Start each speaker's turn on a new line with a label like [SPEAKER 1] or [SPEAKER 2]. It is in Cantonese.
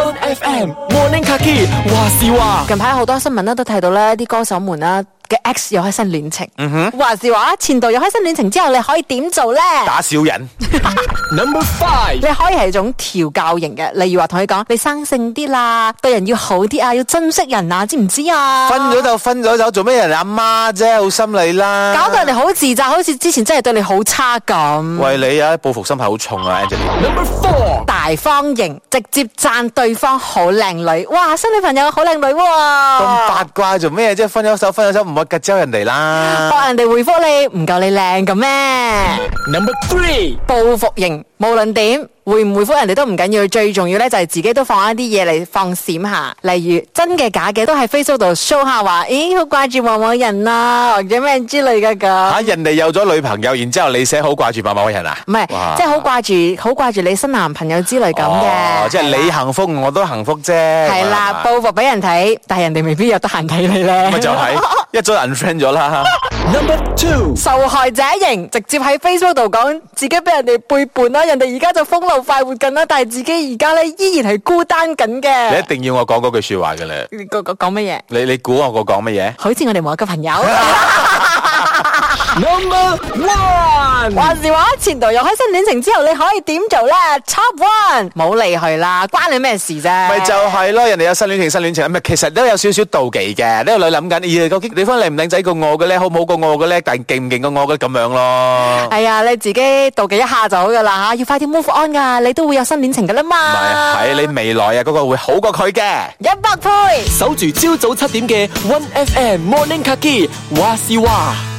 [SPEAKER 1] M Morning Kaki 話事話，
[SPEAKER 2] 近排好多新聞咧都睇到咧啲歌手們啦嘅 X 又開新戀情，
[SPEAKER 3] 嗯
[SPEAKER 2] 話是話前度又開新戀情之後，你可以點做咧？
[SPEAKER 3] 打小人
[SPEAKER 1] Number Five
[SPEAKER 2] 你可以係一種調教型嘅，例如話同佢講你生性啲啦，對人要好啲啊，要珍惜人啊，知唔知啊？
[SPEAKER 3] 分咗就分咗走，做咩人阿媽啫？好心你啦，
[SPEAKER 2] 搞到人哋好自責，好似之前真係對你好差咁。
[SPEAKER 3] 喂你啊，報復心係好重啊，Angeline。
[SPEAKER 1] Number Four
[SPEAKER 2] 大方型，直接讚對方好靚女，哇！新女朋友好靚女喎、
[SPEAKER 3] 咁啊八卦做咩啫？分咗手，分咗手，唔好吉招人哋啦。
[SPEAKER 2] 哦博人哋回覆你唔夠你靚咁咩？
[SPEAKER 1] Number Three
[SPEAKER 2] 報復型，無論點回唔回覆人哋都唔緊要，最重要咧就係自己都放一啲嘢嚟放閃下，例如真嘅假嘅都喺 Facebook 度 show 下話，咦好掛住某某人啊，或者咩之類嘅
[SPEAKER 3] 吓
[SPEAKER 2] 咁。
[SPEAKER 3] 啊人哋有咗女朋友，然之後你寫好掛住某某人啊？
[SPEAKER 2] 唔係，
[SPEAKER 3] 哇
[SPEAKER 2] 即係好掛住，好掛住你新男朋友之類嗯咁
[SPEAKER 3] 哦
[SPEAKER 2] 嘅。
[SPEAKER 3] 即係你幸福，我都幸福啫。
[SPEAKER 2] 係啦，報復俾人睇，但係人哋未必有得閒睇你咧。
[SPEAKER 3] 咪就 係一早 unfriend 咗啦。
[SPEAKER 1] Number Two
[SPEAKER 2] 受害者型，直接喺 Facebook 度講自己俾人哋背叛啦，人哋而家就風流快活緊啦，但係自己而家咧依然係孤單緊
[SPEAKER 3] 你一
[SPEAKER 2] 嘅。
[SPEAKER 3] 定要我講嗰句说話嘅咧。
[SPEAKER 2] 你講講講乜嘢？
[SPEAKER 3] 你你估我我講乜嘢？
[SPEAKER 2] 好似我哋冇一個 朋友，
[SPEAKER 3] 嗯
[SPEAKER 1] Number One
[SPEAKER 2] 話是話前度又開新戀情之後，你可以點做咧？Top one，冇理佢啦，關你咩事啫？
[SPEAKER 3] 咪就係咯，人哋有新戀情、新戀情，咪其實都有少少妒忌嘅。呢個女諗緊，咦，究竟對方靚唔靚仔過我嘅咧，好唔好過我嘅咧，但勁唔勁過我嘅咁樣咯。
[SPEAKER 2] 哎呀，你自己妒忌一下就好噶啦吓，要快啲 move on 噶，你都會有新戀情噶啦嘛。
[SPEAKER 3] 咪係你未來啊，嗰個會好過佢嘅。
[SPEAKER 2] 一百倍。
[SPEAKER 1] 守住朝早七點嘅 One FM Morning Kaki 話事話。